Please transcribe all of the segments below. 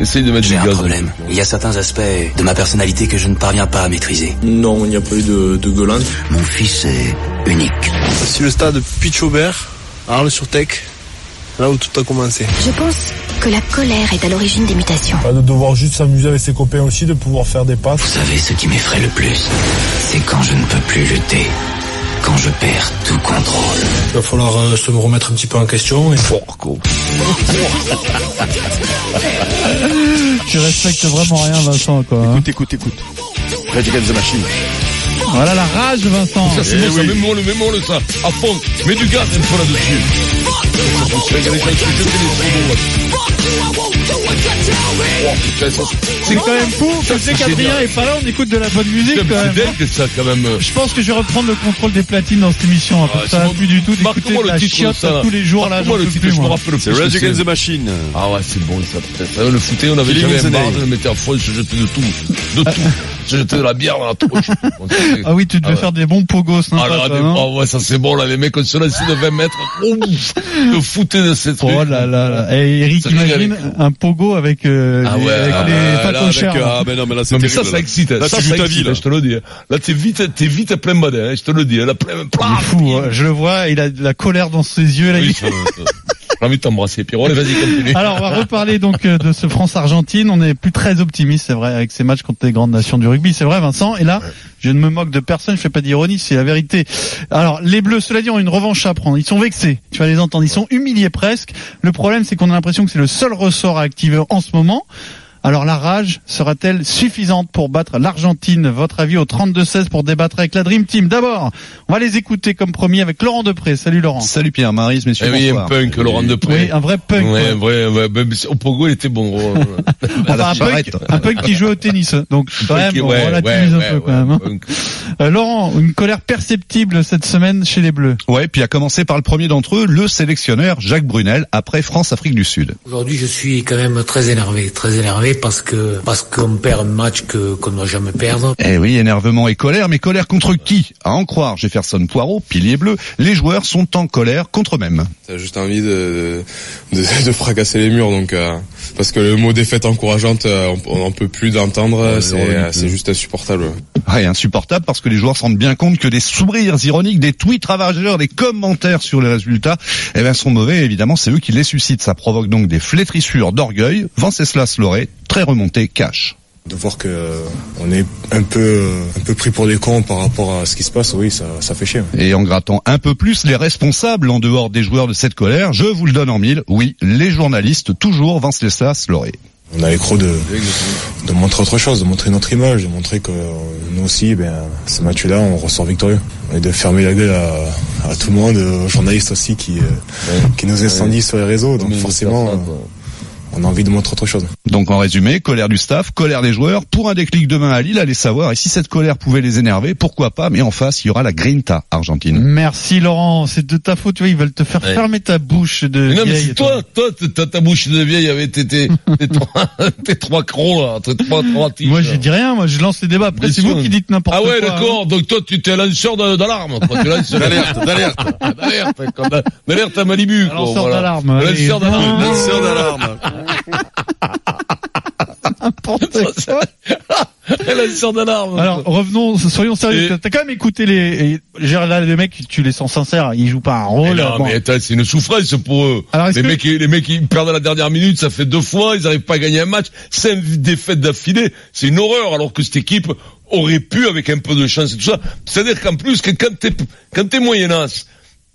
Essaye de mettre J'ai du un gaz. problème. Il y a certains aspects de ma personnalité que je ne parviens pas à maîtriser. Non, il n'y a pas eu de, de gueulin. Mon fils est unique. C'est le stade Pitch-Aubert, à Arles-sur-Tech, là où tout a commencé. Je pense que la colère est à l'origine des mutations. Bah, de devoir juste s'amuser avec ses copains aussi, de pouvoir faire des passes. Vous savez ce qui m'effraie le plus C'est quand je ne peux plus lutter. Quand je perds tout contrôle. Il va falloir euh, se remettre un petit peu en question. Et... Porco. Tu respectes vraiment rien, Vincent, quoi. hein. Écoute, écoute, écoute. Rage Against the Machine. Voilà la Oh rage, Vincent. Ça, c'est Eh bon, ça, oui. mémore-le, mémore-le, ça. À fond. Mets du gaz un peu là-dessus. Je me suis régalé, j'ai jeté les secondes, là. Oh, putain, ça, C'est quand même fou. Comme c'est qu'Adrien est pas là, on écoute de la bonne musique, C'est quand c'est même. hein. dingue, ça, quand même. Je pense que je vais reprendre le contrôle des platines dans cette émission. hein, parce que Ah, ça c'est va bon. plus du tout d'écouter Marque-moi de la le titre, chiotte ça. tous les jours, là. Marque-moi j'en le peux titre, plus, je me moi. rappelle plus. C'est ce que Rage c'est. Against the Machine. Ah ouais, c'est bon ça, putain. Ça, on le foutait, on avait Killing jamais in un the bar, name. on le mettait à fond, on se jetait de tout. De tout. On se jetait de la bière dans la tronche. On se jetait- Ah oui, tu devais Ah ouais. faire des bons pogos, sympas, Ah là, toi, des- hein. ah ouais, ça c'est bon là, les mecs, on se lançait de 20 mètres. Oh, Ouf, le foutait de cette Oh là là là. Et Eric, Ça imagine rigole. un pogo avec, euh, Ah les- ouais, avec ah les Ah, là, avec, patochères. euh, là. ah, mais non, mais là, c'est Non mais terrible. ça, ça là. excite. hein. Là, ça, tu ça vis ta excite, vie, là. hein, je te le dis. hein. Là, t'es vite, t'es vite à plein badin, hein, je te le dis. hein, Là, plein, Il plein. est fou, hein. je le vois, il a de la colère dans ses yeux, là. euh, Oui, il- ça- ça- J'ai envie de t'embrasser, Pierrot. Allez, vas-y, continue. Alors, on va reparler donc euh, de ce France-Argentine. On n'est plus très optimiste, c'est vrai, avec ces matchs contre les grandes nations du rugby. C'est vrai, Vincent. Et là, je ne me moque de personne, je fais pas d'ironie, c'est la vérité. Alors, les Bleus, cela dit, ont une revanche à prendre. Ils sont vexés. Tu vas les entendre. Ils sont humiliés presque. Le problème, c'est qu'on a l'impression que c'est le seul ressort à activer en ce moment. Alors la rage sera-t-elle suffisante pour battre l'Argentine Votre avis au 32-16 pour débattre avec la Dream Team. D'abord, on va les écouter comme promis avec Laurent Depré. Salut Laurent. Salut Pierre, Marie, messieurs. Eh oui, un bonsoir. punk, Laurent Depré. Oui, un vrai punk. quoi. Ouais, ouais, ouais, ben, au Pogo, il était bon. Laurent. Enfin, la un, charrette. punk, un punk qui joue au tennis. hein. Donc, quand même, Ok, on ouais, relativise ouais, un peu ouais, quand même. hein. ouais, punk. Euh, Laurent, une colère perceptible cette semaine chez les Bleus. Ouais, puis à commencer par le premier d'entre eux, le sélectionneur Jacques Brunel, après France-Afrique du Sud. Aujourd'hui, je suis quand même très énervé, très énervé parce que parce qu'on perd un match que qu'on ne doit jamais perdre. Eh oui, énervement et colère, mais colère contre qui À en croire Jefferson Poirot, pilier bleu, les joueurs sont en colère contre eux-mêmes. T'as juste envie de, de, de fracasser les murs, donc euh, parce que le mot défaite encourageante, euh, on- on n'en peut plus d'entendre, c'est euh, c'est juste insupportable. Ouais, insupportable parce que les joueurs se rendent bien compte que des sourires ironiques, des tweets ravageurs, des commentaires sur les résultats, eh ben, sont mauvais, évidemment, c'est eux qui les suscitent. Ça provoque donc des flétrissures d'orgueil. Venceslas Loré, très remonté, cash. De voir que euh, on est un peu euh, un peu pris pour des cons par rapport à ce qui se passe, oui, ça, ça fait chier. Et en grattant un peu plus les responsables en dehors des joueurs de cette colère, je vous le donne en mille, oui, les journalistes, toujours Venceslas Loré. On a les crocs de de montrer autre chose, de montrer notre image, de montrer que euh, nous aussi, ben, ce match-là, on ressort victorieux. Et de fermer la gueule à, à tout le monde, aux journalistes aussi qui, euh, qui nous incendient sur les réseaux. Donc forcément, euh, on a envie de montrer autre chose. Donc en résumé, colère du staff, colère des joueurs, pour un déclic demain à Lille, allez savoir, et si cette colère pouvait les énerver, pourquoi pas, mais en face, il y aura la Grinta argentine. Merci Laurent, c'est de ta faute, tu vois, ils veulent te faire Mm. Ouais. fermer ta bouche de Mais non, mais vieille, c'est toi, toi, t- t'as ta bouche de vieille avec tes, tes, tes trois, tes trois crons, là, tes trois, trois tiges, Moi, là. je dis rien, moi, je lance les débats. Après, Bien c'est sûr. vous qui dites n'importe Ah quoi. ouais, hein. d'accord. Donc toi, tu t'es lanceur de- d'alarme, quoi. Tu lances d'alerte, d'alerte, d'alerte, comme la- d'alerte à Malibu, quoi. Lanceur voilà. d'alarme, Le allez. Lanceur d'alarme. Ah. Lanceur d'alarme. N'importe quoi. d'alarme. Lanceur d'alarme. Alors, revenons, soyons sérieux. Et- T'as quand même écouté les, et- genre, là, les mecs, tu les sens sincères, ils jouent pas un Mais rôle. non, bon. mais attends, c'est une souffrance pour eux. Alors, est-ce les, que- mecs, les mecs, ils perdent à la dernière minute, ça fait deux fois, ils n'arrivent pas à gagner un match, cinq défaites d'affilée, c'est une horreur, alors que cette équipe aurait pu, avec un peu de chance et tout ça. C'est-à-dire qu'en plus, que quand t'es, quand t'es moyenasse,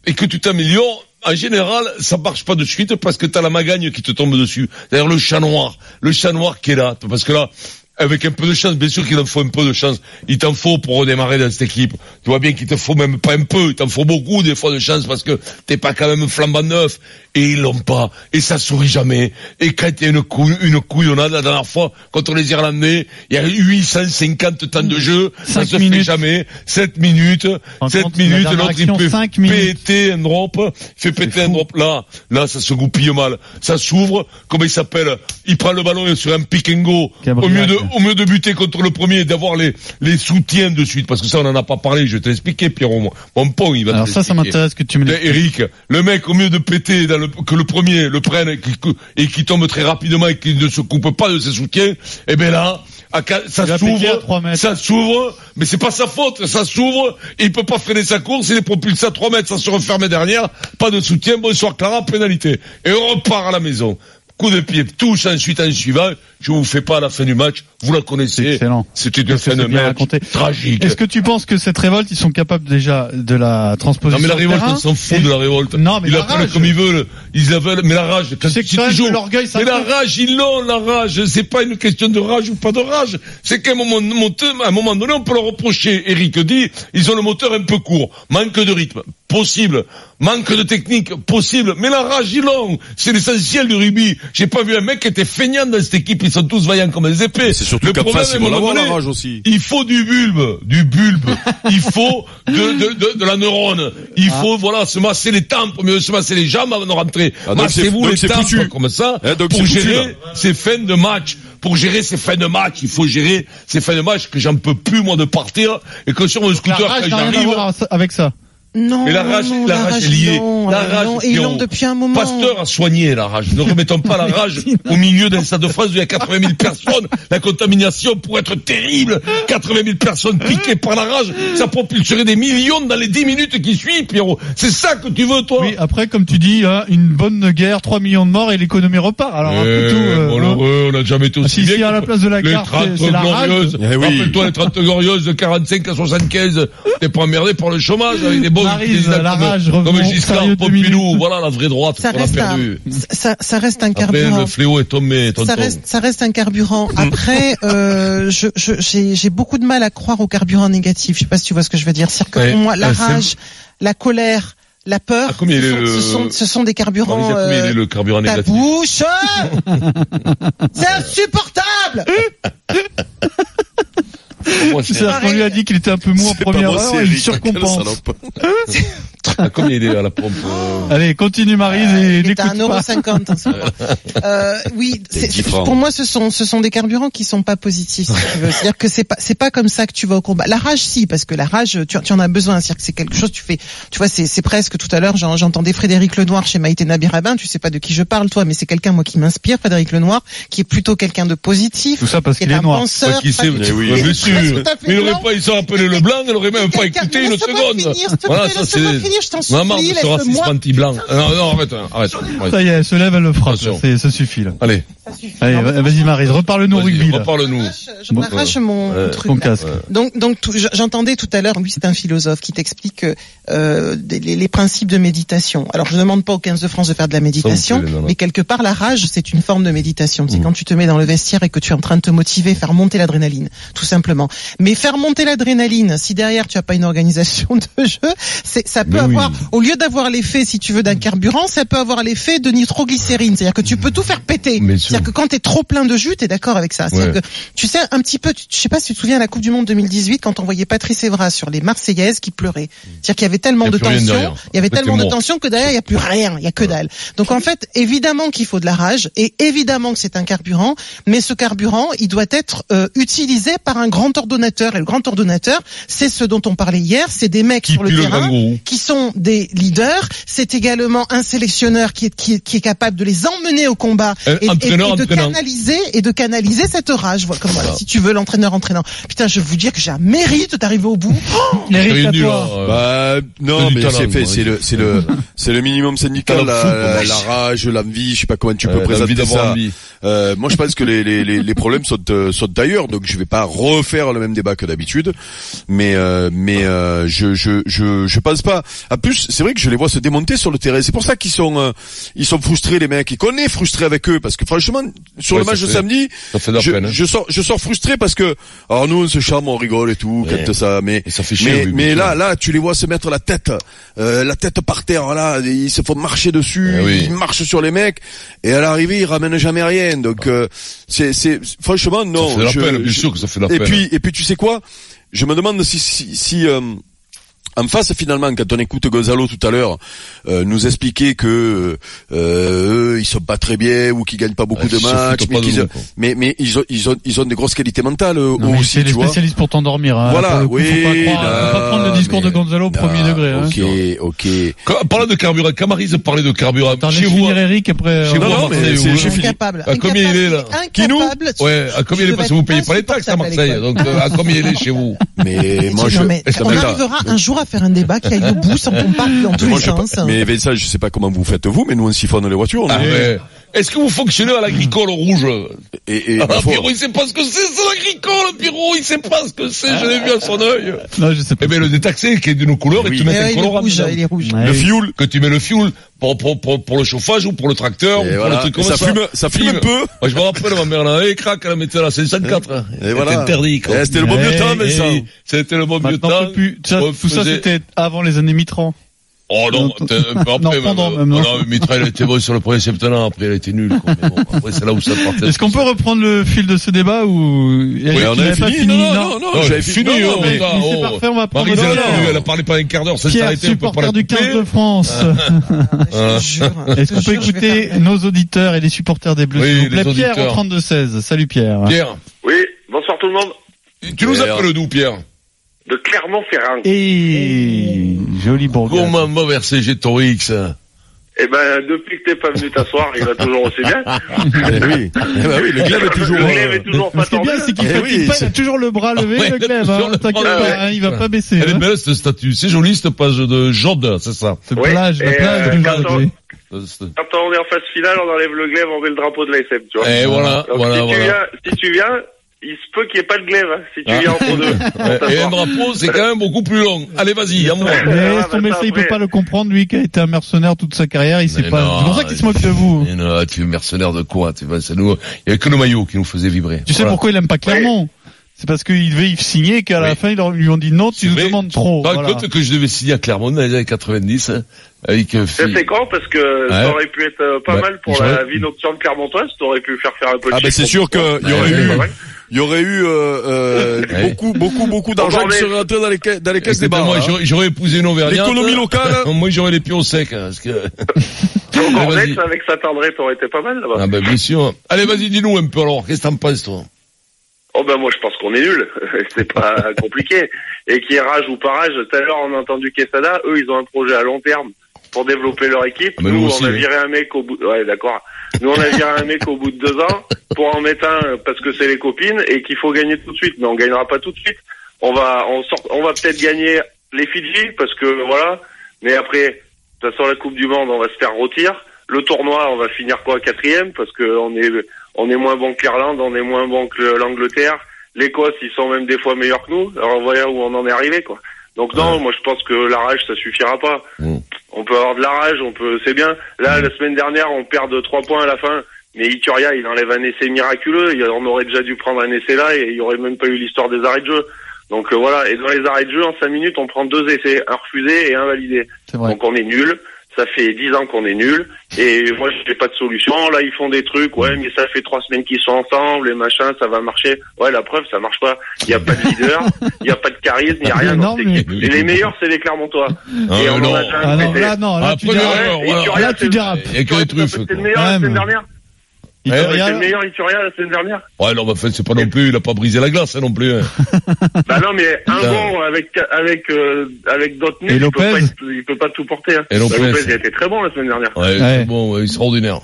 et que tu t'améliores, en général, ça marche pas de suite parce que t'as la magagne qui te tombe dessus. D'ailleurs, le chat noir, le chat noir qui est là, parce que là, avec un peu de chance, bien sûr qu'il en faut un peu de chance. Il t'en faut pour redémarrer dans cette équipe. Tu vois bien qu'il te faut même pas un peu, il t'en faut beaucoup des fois de chance parce que t'es pas quand même flambant neuf. Et ils l'ont pas. Et ça sourit jamais. Et quand il y a une couille, une couillonnade la dernière fois contre les Irlandais, il y a 850 temps de jeu. Ça Cinq se fait minutes. jamais. 7 minutes. Par 7 contre, la minutes, dernière l'autre il action, peut cinq minutes. péter un drop, il fait péter un drop. Là, là, ça se goupille mal. Ça s'ouvre, comment il s'appelle Il prend le ballon sur un pick and go. Au Cabriac. milieu de, au mieux de buter contre le premier et d'avoir les, les soutiens de suite, parce que ça, on n'en a pas parlé, je vais t'expliquer, Pierrot. Mon pont, il va Alors ça, ça t'expliquer. m'intéresse que tu me Ben, l'expliques. Eric, le mec, au mieux de péter dans le- que le premier le prenne et qui, et qui tombe très rapidement et qui ne se coupe pas de ses soutiens, eh ben là, à ca- ça Il va péter à s'ouvre, trois mètres. ça s'ouvre, mais c'est pas sa faute, ça s'ouvre, et il peut pas freiner sa course, il est propulsé à 3 mètres, ça se referme derrière, pas de soutien, bonsoir Clara, pénalité. Et on repart à la maison. Coup de pied, touche ensuite en suivant, je vous fais pas la fin du match, vous la connaissez. Excellent. C'était une Parce que fin de c'est bien match raconté. tragique. Est-ce que tu penses que cette révolte, ils sont capables déjà de la transposer Non mais la sur le révolte, terrain on s'en fout Et- de la révolte. Non, mais ils la la prennent rage. comme ils veulent. Ils la veulent, mais la rage. quand- sais que c'est quand même que l'orgueil, ça Mais la compte. rage, ils l'ont, la rage. C'est pas une question de rage ou pas de rage. C'est qu'à un moment, mon- à un moment donné, on peut leur reprocher. Eric dit, ils ont le moteur un peu court, manque de rythme, possible, manque de technique, possible. Mais la rage, ils l'ont. C'est l'essentiel du rugby. J'ai pas vu un mec qui était feignant dans cette équipe. Ils sont tous vaillants comme des épées. C'est surtout le qu'à problème, face, ils à vont un moment l'avoir, donné, la rage aussi. il faut du bulbe, du bulbe. Il faut de, de, de, de la neurone. Il faut voilà se masser les tempes, mieux se masser les jambes avant de rentrer. Ah, donc c'est- Massez-vous donc les c'est tempes foutu. comme ça Eh, donc pour c'est foutu, gérer ces fins de match. Pour gérer ces fins de match, il faut gérer ces fins de match que j'en peux plus moi de partir et que sur mon La scooter rage quand n'a rien à j'arrive. voir avec ça. Non, Mais la Oh, rage, non, non, la rage est liée. non, la euh, rage, non, et ils l'ont Pierrot. depuis un moment. Pasteur a soigné la rage. Ne remettons pas la rage au milieu d'un stade de France où il y a 80 000 personnes. La contamination pourrait être terrible. 80 000 personnes piquées par la rage. Ça propulserait des millions dans les 10 minutes qui suivent, Pierrot. C'est ça que tu veux, toi Eh, Oui, après, comme tu dis, hein, une bonne guerre, 3 millions de morts et l'économie repart. Alors, un peu Eh, tout, euh, hein. malheureux, on n'a jamais été aussi si, bien si, que- à la place de la les carte, 30 c'est la rage. glorieuses. Eh oui. Rappelle-toi les 30 glorieuses de 45 à 75. T'es pas emmerdé par le chômage avec des bons Maryse, présidents la comme- rage, comme revenons Giscard, sérieux deux Pompidou. minutes. Voilà la vraie droite ça qu'on a reste, un, perdue. ça, ça reste un Après, carburant. le fléau est tombé, tonton. Ça reste, ça reste un carburant. Après, euh, je- je- j'ai j'ai beaucoup de mal à croire au carburant négatif. Je sais pas si tu vois ce que je veux dire. C'est-à-dire que Ouais. pour moi, la Ah, c'est- rage, la colère, la peur, Ah, combien il ce, est sont, le- ce sont- ce sont des Maryse, carburants. à combien euh, il est le carburant ta négatif bouche euh, C'est insupportable Moi, C'est c'est- à ce qu'on lui a dit qu'il était un peu mou en C'est pas première moi, heure, c'est Eric, il quel surcompense. salope. À combien il est à la pompe euh, Allez, continue Marise et Il est à n'écoute pas. 1,50€ en hein, ce moment. Euh, oui, c'est- différent. pour moi, ce sont, ce sont des carburants qui sont pas positifs, si tu veux. C'est-à-dire que c'est pas, c'est pas comme ça que tu vas au combat. La rage, si, parce que la rage, tu, tu en as besoin. C'est-à-dire que c'est quelque chose, tu fais, tu vois, c'est, c'est presque tout à l'heure, j'en- j'entendais Frédéric Lenoir chez Maïté Nabirabin. Tu sais pas de qui je parle, toi, mais c'est quelqu'un, moi, qui m'inspire, Frédéric Lenoir, qui est plutôt quelqu'un de positif. Tout ça parce qui qu'il est un noir. penseur, qui sait, pas- mais oui, bien sûr. Est-ce que t'as fait Mais il blanc aurait pas, il s'en rappelé le blanc, il aurait même pas Quelqu'un- écouté une Laisse-moi seconde. finir, s'il te Voilà, plaît, ça laisse-moi c'est. finir, je t'en On a marre de supplie, ce racisme laisse-moi. anti-blanc. Non, non, arrête, hein, arrête. Ouais. Ça y est, elle se lève, elle le frappe. Attention. C'est- Ça suffit là. Allez, Ça suffit. Allez, Non, va- vas-y Marise, reparle-nous au rugby vas-y, là. reparle-nous. Je m'arrache mon Ouais. truc. Ton là. casque. Donc, donc tout- j- j'entendais tout à l'heure, oui, c'est un philosophe qui t'explique que, euh, des- les, les principes de méditation. Alors, je ne demande pas aux 15 de France de faire de la méditation, vous pouvez, non, non. mais quelque part, la rage, c'est une forme de méditation. Mm. C'est quand tu te mets dans le vestiaire et que tu es en train de te motiver, faire monter l'adrénaline, tout simplement. Mais faire monter l'adrénaline, si derrière tu as pas une organisation de jeu, c'est ça peut Mais oui. avoir, au lieu d'avoir l'effet, si tu veux, d'un carburant, ça peut avoir l'effet de nitroglycérine. C'est-à-dire que tu peux tout faire péter. Mais sûr. C'est-à-dire que quand t'es trop plein de jus, t'es d'accord avec ça. C'est-à-dire Ouais. que, tu sais, un petit peu, tu- je sais pas si tu te souviens à la Coupe du Monde 2018 quand on voyait Patrice Evra sur les Marseillaises qui pleuraient. C'est-à-dire qu'il y avait tellement Il y a de plus rien derrière. tension, il y avait Après, tellement t'es de mort. tension que derrière il y a plus rien, il y a que dalle. Donc en fait, évidemment qu'il faut de la rage et évidemment que c'est un carburant, mais ce carburant, il doit être euh, utilisé par un grand ordonnateur et le grand ordonnateur, c'est ce dont on parlait hier, c'est des mecs Qui sur le pue le terrain kangourou. qui sont des leaders, c'est également un sélectionneur qui est, qui, est- qui est capable de les emmener au combat Euh, et, et- entraîneur, et de entraîneur. canaliser et de canaliser cette rage. Voilà, comme voilà, Voilà. si tu veux l'entraîneur entraînant. Putain, je vais vous dire que j'ai un mérite d'arriver au bout. Oh T'es Eric, à nul, toi. hein, euh, Bah non du mais talent, c'est fait, moi, c'est le c'est le c'est le minimum syndical, Talent fou, la, quoi. la rage, l'envie, je sais pas comment tu peux euh, l'envie présenter d'avoir ça. envie. Euh, moi je pense que les les les, les problèmes sautent euh, sautent d'ailleurs, donc je vais pas refaire le même débat que d'habitude, mais euh, mais euh, je je je je pense pas. En plus c'est vrai que je les vois se démonter sur le terrain, c'est pour ça qu'ils sont euh, ils sont frustrés les mecs et qu'on est frustrés avec eux parce que franchement sur Ouais, le match ça de fait- samedi Ça fait de la je, peine. hein. je sors, je sors frustré parce que, alors nous on se charme, on rigole et tout, Ouais. capte ça, mais Et ça fait chier, mais, oui, mais bien là, sûr. là, tu les vois se mettre la tête, euh, la tête par terre, là, ils se font marcher dessus, Eh oui. ils marchent sur les mecs, et à l'arrivée ils ramènent jamais rien, donc euh, c'est, c'est, franchement non. Ça fait de la je- peine, bien je- sûr que ça fait de la et peine. puis, et puis tu sais quoi Je me demande si, si, si, euh, en en face finalement, quand on écoute Gonzalo tout à l'heure euh, nous expliquer que euh, eux, ils sont pas très bien ou qu'ils gagnent pas beaucoup Ouais, de ils se matchs, foutent mais, pas de qu'ils- nous, quoi. mais mais ils ont ils ont ils ont des grosses qualités mentales euh, Non, mais aussi, c'est les tu vois. spécialistes pour t'endormir. Hein. Voilà, Pour le coup, oui, Faut pas, croire, là, faut pas prendre le discours de Gonzalo au premier degré. hein. Ah, ok. Parlant de carburant, Camarise parlait de carburant. Attends, laisse Chez vous, finir Eric après. chez vous, à Marseille, vous- Incapable. À combien Ah, il est là Kinou Ouais, à combien il est parce que vous payez pas les taxes à Marseille. Donc euh, à combien il est chez vous Mais moi je Non, mais on arrivera un jour à faire un débat qui aille au bout sans qu'on parle dans tous Moi, les je sais pas- sens. hein. mais Vincent, je sais pas comment vous faites vous, mais nous on siphonne les voitures. Ah ouais. Est-ce que vous fonctionnez à l'agricole rouge Et, et Ah, parfois- Pierrot, il sait pas ce que c'est, c'est l'agricole, Pierrot, il sait pas ce que c'est, je l'ai vu à son œil. Non, je sais pas. Eh bien, le détaxé, qui est d'une couleur, et tu mets Eh un ouais, il est colorant. rouge, dedans. il est rouge. Ah Le fioul, que tu mets le fioul pour, pour, pour, pour le chauffage ou pour le Et tracteur ou pour voilà. le truc Et comme ça ça. fume- ça fume un peu. Moi, je me rappelle, ma mère, là, et crac, elle mettait la 54. hein. Et C'était voilà. interdit, quoi. Eh, c'était le bon vieux Eh, temps, mais eh, ça. C'était le bon vieux Maintenant, on temps. peut plus. Ça, On tout ça, faisait- c'était avant les années Mitran. Oh non, Non, t'es un peu non, après. pendant mais- même, oh hein. non. non, mais Mitra, elle était bon sur le premier septennat, après, elle était nulle, quoi. Mais bon, après, c'est là où ça partait. Est-ce qu'on peut reprendre le fil de ce débat ou eh, Eric, Oui, on il avait avait pas fini. fini Non, non, non, non, j'avais fini, Non, hein, oh, mais- hein, putain, mais c'est oh. parfait, on va prendre Marie, elle, le- a- elle a parlé pendant un quart d'heure, ça s'est Pierre, arrêté, on peut pas la supporter du 15 de couper. France. Hein. Est-ce qu'on peut écouter nos auditeurs et les supporters des Bleus Oui, s'il vous plaît les Pierre auditeurs. au 32-16. Salut Pierre. Pierre. Oui, bonsoir tout le monde. Tu nous appelles d'où, Pierre De Clermont-Ferrand. Et joli bourgogne. Comment m'a versé j'ai ton X Eh ben, depuis que t'es pas venu t'asseoir, il va toujours aussi bien. Eh oui. bah oui, le glaive est toujours, Le glaive euh, est toujours pas Ce qui est bien, c'est qu'il Eh fatigue oui, pas, il c'est- a toujours le bras levé, Ouais, le glaive, sur hein, le t'inquiète bras, pas, ouais. hein, il va pas baisser. Elle est hein. belle cette statue, c'est joli cette page de Jordan, c'est ça Cette plage, la et, plage euh, du quand Jardin. Quand on est en phase finale, on enlève le glaive, on met le drapeau de l'ASM, tu vois. Eh, voilà, Donc, voilà, Ah si voilà. Tu viens, si tu viens, il se peut qu'il n'y ait pas de glaive, hein, Ah. si tu viens en pro deux. Ah. Et un drapeau, c'est quand même beaucoup plus long. Allez, vas-y, à moi. Mais laisse tomber ça, il peut pas le comprendre, lui qui a été un mercenaire toute sa carrière, il sait pas. C'est pour ça qu'il se moque de vous. hein. Mais non, ah, tu es mercenaire de quoi Tu vois, ça nous, il y a que le maillot qui nous faisait vibrer. Tu sais Voilà. pourquoi il aime pas Clermont C'est parce qu'il devait y signer et qu'à la fin, ils leur- lui ont dit non, tu nous demandes trop. Par Voilà. contre, que je devais signer à Clermont dans les années 90, hein, avec euh, Ça, Phil- c'est con parce que Ouais. ça aurait pu être euh, pas Ouais, mal pour j'aurais- la vie nocturne clermontoise, t'aurais pu faire faire un peu de Ah ben chiffre c'est pour sûr toi. qu'il y aurait Ouais, eu, euh, pas mal. il y aurait eu euh, euh, beaucoup, beaucoup, beaucoup d'argent qui Attendez. serait rentré dans les ca- dans les caisses des Écoutez, bars. moi, hein. j'aurais- j'aurais épousé une Auvergnate. L'économie locale. hein. moi, j'aurais les pieds au sec. hein, parce que... Donc, Allez, Ornette, vas-y. avec sa tendresse, aurait été pas mal là-bas. Ah ben, bien sûr. Allez, vas-y, dis-nous un peu alors. Qu'est-ce que t'en penses, toi Oh ben moi je pense qu'on est nul, c'est pas compliqué. Et qui est rage ou pas rage, tout à l'heure on a entendu Quesada, eux ils ont un projet à long terme pour développer leur équipe. Ah ben, nous nous, aussi, on a oui. viré un mec au bout, ouais d'accord. Nous on a viré un mec au bout de deux ans pour en mettre un euh, parce que c'est les copines et qu'il faut gagner tout de suite. Mais on gagnera pas tout de suite. On va, on sort, on va peut-être gagner les Fidji parce que voilà. Mais après, de toute façon la Coupe du Monde on va se faire rôtir. Le tournoi on va finir quoi quatrième parce que on est on est moins bon que l'Irlande, on est moins bon que le- l'Angleterre. L'Écosse, ils sont même des fois meilleurs que nous. Alors voilà où on en est arrivé, quoi. Donc non, moi je pense que la rage, ça suffira pas. On peut avoir de la rage, on peut, c'est bien. Là, la semaine dernière, on perd de trois points à la fin. Mais Ituria, il enlève un essai miraculeux. Il- On aurait déjà dû prendre un essai là et il y aurait même pas eu l'histoire des arrêts de jeu. Donc euh, voilà. Et dans les arrêts de jeu, en cinq minutes, on prend deux essais, un refusé et un validé. Donc on est nul. Ça fait dix ans qu'on est nul. Et moi, j'ai pas de solution. Là, ils font des trucs. Ouais, mais ça fait trois semaines qu'ils sont ensemble et machin, ça va marcher. Ouais, la preuve, ça marche pas. Il y a pas de leader, il y a pas de charisme, Ah, il y a rien. dans cette équipe. Et les meilleurs, c'est les Clermontois. et Ah, on non. en a déjà Ah non, répété. là, non, là, Ah, tu première dérapes. erreur, Et voilà. Ituria, Là, tu c'est- dérapes. Il y a que les truffes. C'est le meilleur Ouais, la mais- Eh, semaine dernière. Ah, Ituria- C'est le meilleur Ituria la semaine dernière. Ouais, non, mais enfin, c'est pas non plus, il a pas brisé la glace, hein, non plus. hein. Bah non, mais un Putain. bon avec avec euh, avec d'autres nuls, Et il peut Lopez pas être- il peut pas tout porter. hein. Et Lopez. Bah, il a été très bon la semaine dernière. Ouais, c'est bon, ouais, extraordinaire.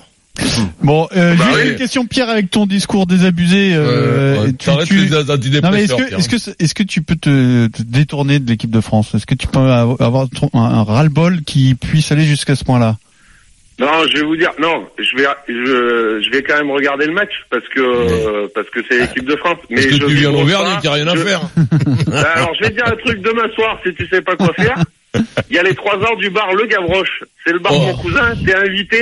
Bon, euh, Bah juste oui. une question, Pierre, avec ton discours désabusé. Euh, Ouais, ouais, tu- t'arrêtes tu- les antidépresseurs, Non, mais est-ce que, Pierre. est-ce que, est-ce que tu peux te, te détourner de l'équipe de France Est-ce que tu peux avo- avoir ton- un, un ras-le-bol qui puisse aller jusqu'à ce point-là Non, je vais vous dire, non, je vais, je, je vais quand même regarder le match parce que euh, parce que c'est l'équipe de France. Mais Parce que je tu viens en vibre Auvergne pas. et qu'il n'y a rien à Je- faire. Bah, Alors je vais te dire un truc demain soir si tu sais pas quoi faire. Il y a les trois heures du bar Le Gavroche. C'est le bar de mon cousin. T'es invité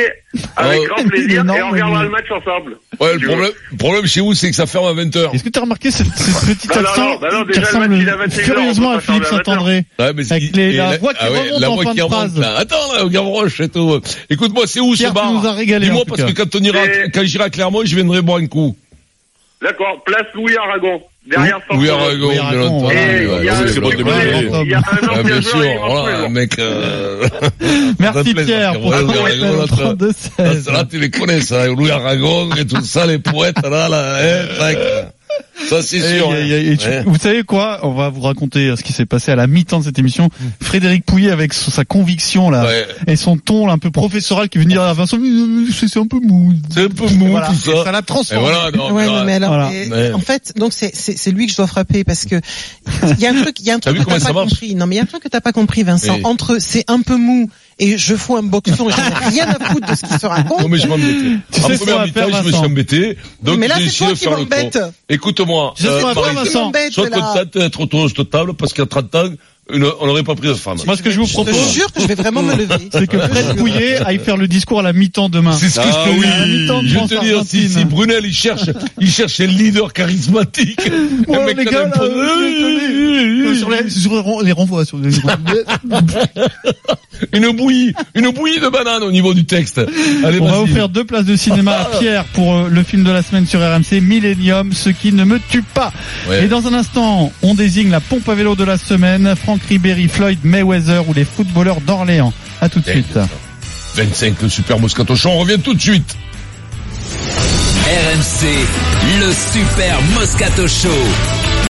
avec Oh. grand Il est plaisir et énorme, on regardera lui. le match ensemble. Ouais, le Tu problème, le problème chez vous, c'est que ça ferme à 20h. Est-ce que tu as remarqué cette, cette petite Bah non, accent non, bah non, qui déjà, le ressemble match, il a 21 heures, furieusement on peut à pas faire Philippe le Saint-André Ouais, mais Avec il- les- et la voix qui remonte la en voix fin qui de remonte, phrase. là. Attends, là, Gavroche et tout. Écoute-moi, c'est où Pierre, ce tu bar nous as régalé, en Dis-moi, tout parce cas. que quand on ira, quand j'irai à Clermont, je viendrai boire un coup. D'accord. Place Louis Aragon. Derrière Oui, We are Fortnum. going de l'autre Et il y a un- il y a un Ah, ancien bien joueur, sûr, il est rentré, voilà, genre. mec. euh, Merci t'appelles, Pierre parce que pour ouais, ton We are appel going au l'autre. 32 16. Ça, Là, tu les connais, ça. Louis Aragon et tout ça, les poètes, là, là, hein, tac. Ça, c'est Et- sûr. et- et- et tu- hein. Vous savez quoi On va vous raconter euh, ce qui s'est passé à la mi-temps de cette émission. Frédéric Pouillet avec son- sa conviction là Ouais. et son ton là, un peu professoral qui veut dire à Vincent Euh, c'est c'est un peu mou. C'est un peu mou Voilà. tout ça. Et ça l'a transformé. Et voilà, non, Ouais, mais non, mais alors, Voilà. mais Ouais. en fait, donc c'est c'est c'est lui que je dois frapper parce que il y a un truc, il y a un T'as truc vu que t'as comment ça pas marche compris. Non, mais il y a un truc que t'as pas compris, Vincent. Oui. Entre c'est un peu mou et je fous un boxon et j'en ai rien à foutre de ce qui se raconte. Non mais je m'embêtais. Tu en sais ce qu'on première va mi-temps, faire, je me suis Vincent embêté. Donc Mais là, j'ai c'est essayé toi de qui faire le m'embêtes. con. Écoute-moi, euh, Je sais ce qu'on va faire, Marie, Vincent. sois là. contente d'être autour de cette table parce qu'à 30 ans, une- on n'aurait pas pris de femme. Moi ce que je vous Je te propose jure que je vais vraiment me lever. c'est que Je te Fred jure. Pouillet aille faire le discours à la mi-temps demain. C'est ce que Ah je te oui. dis. À la mi-temps de Je vais te France-Argentine. dire, si, si Brunel, il cherche, il cherche un leader charismatique. Ouais, un mec les qui a gars, un là, peu- euh, sur les, sur les ren- les renvois, sur les Une bouillie, une bouillie de banane au niveau du texte. Allez, On va vas-y. offrir deux places de cinéma à Pierre pour euh, le film de la semaine sur RMC, Millennium, ce qui ne me tue pas. Ouais. Et dans un instant, on désigne la pompe à vélo de la semaine, Franck Ribéry, Floyd Mayweather ou les footballeurs d'Orléans. À tout de Dingue, suite. ça. 25, le super Moscatochon, on revient tout de suite. RMC, le super Moscato Show.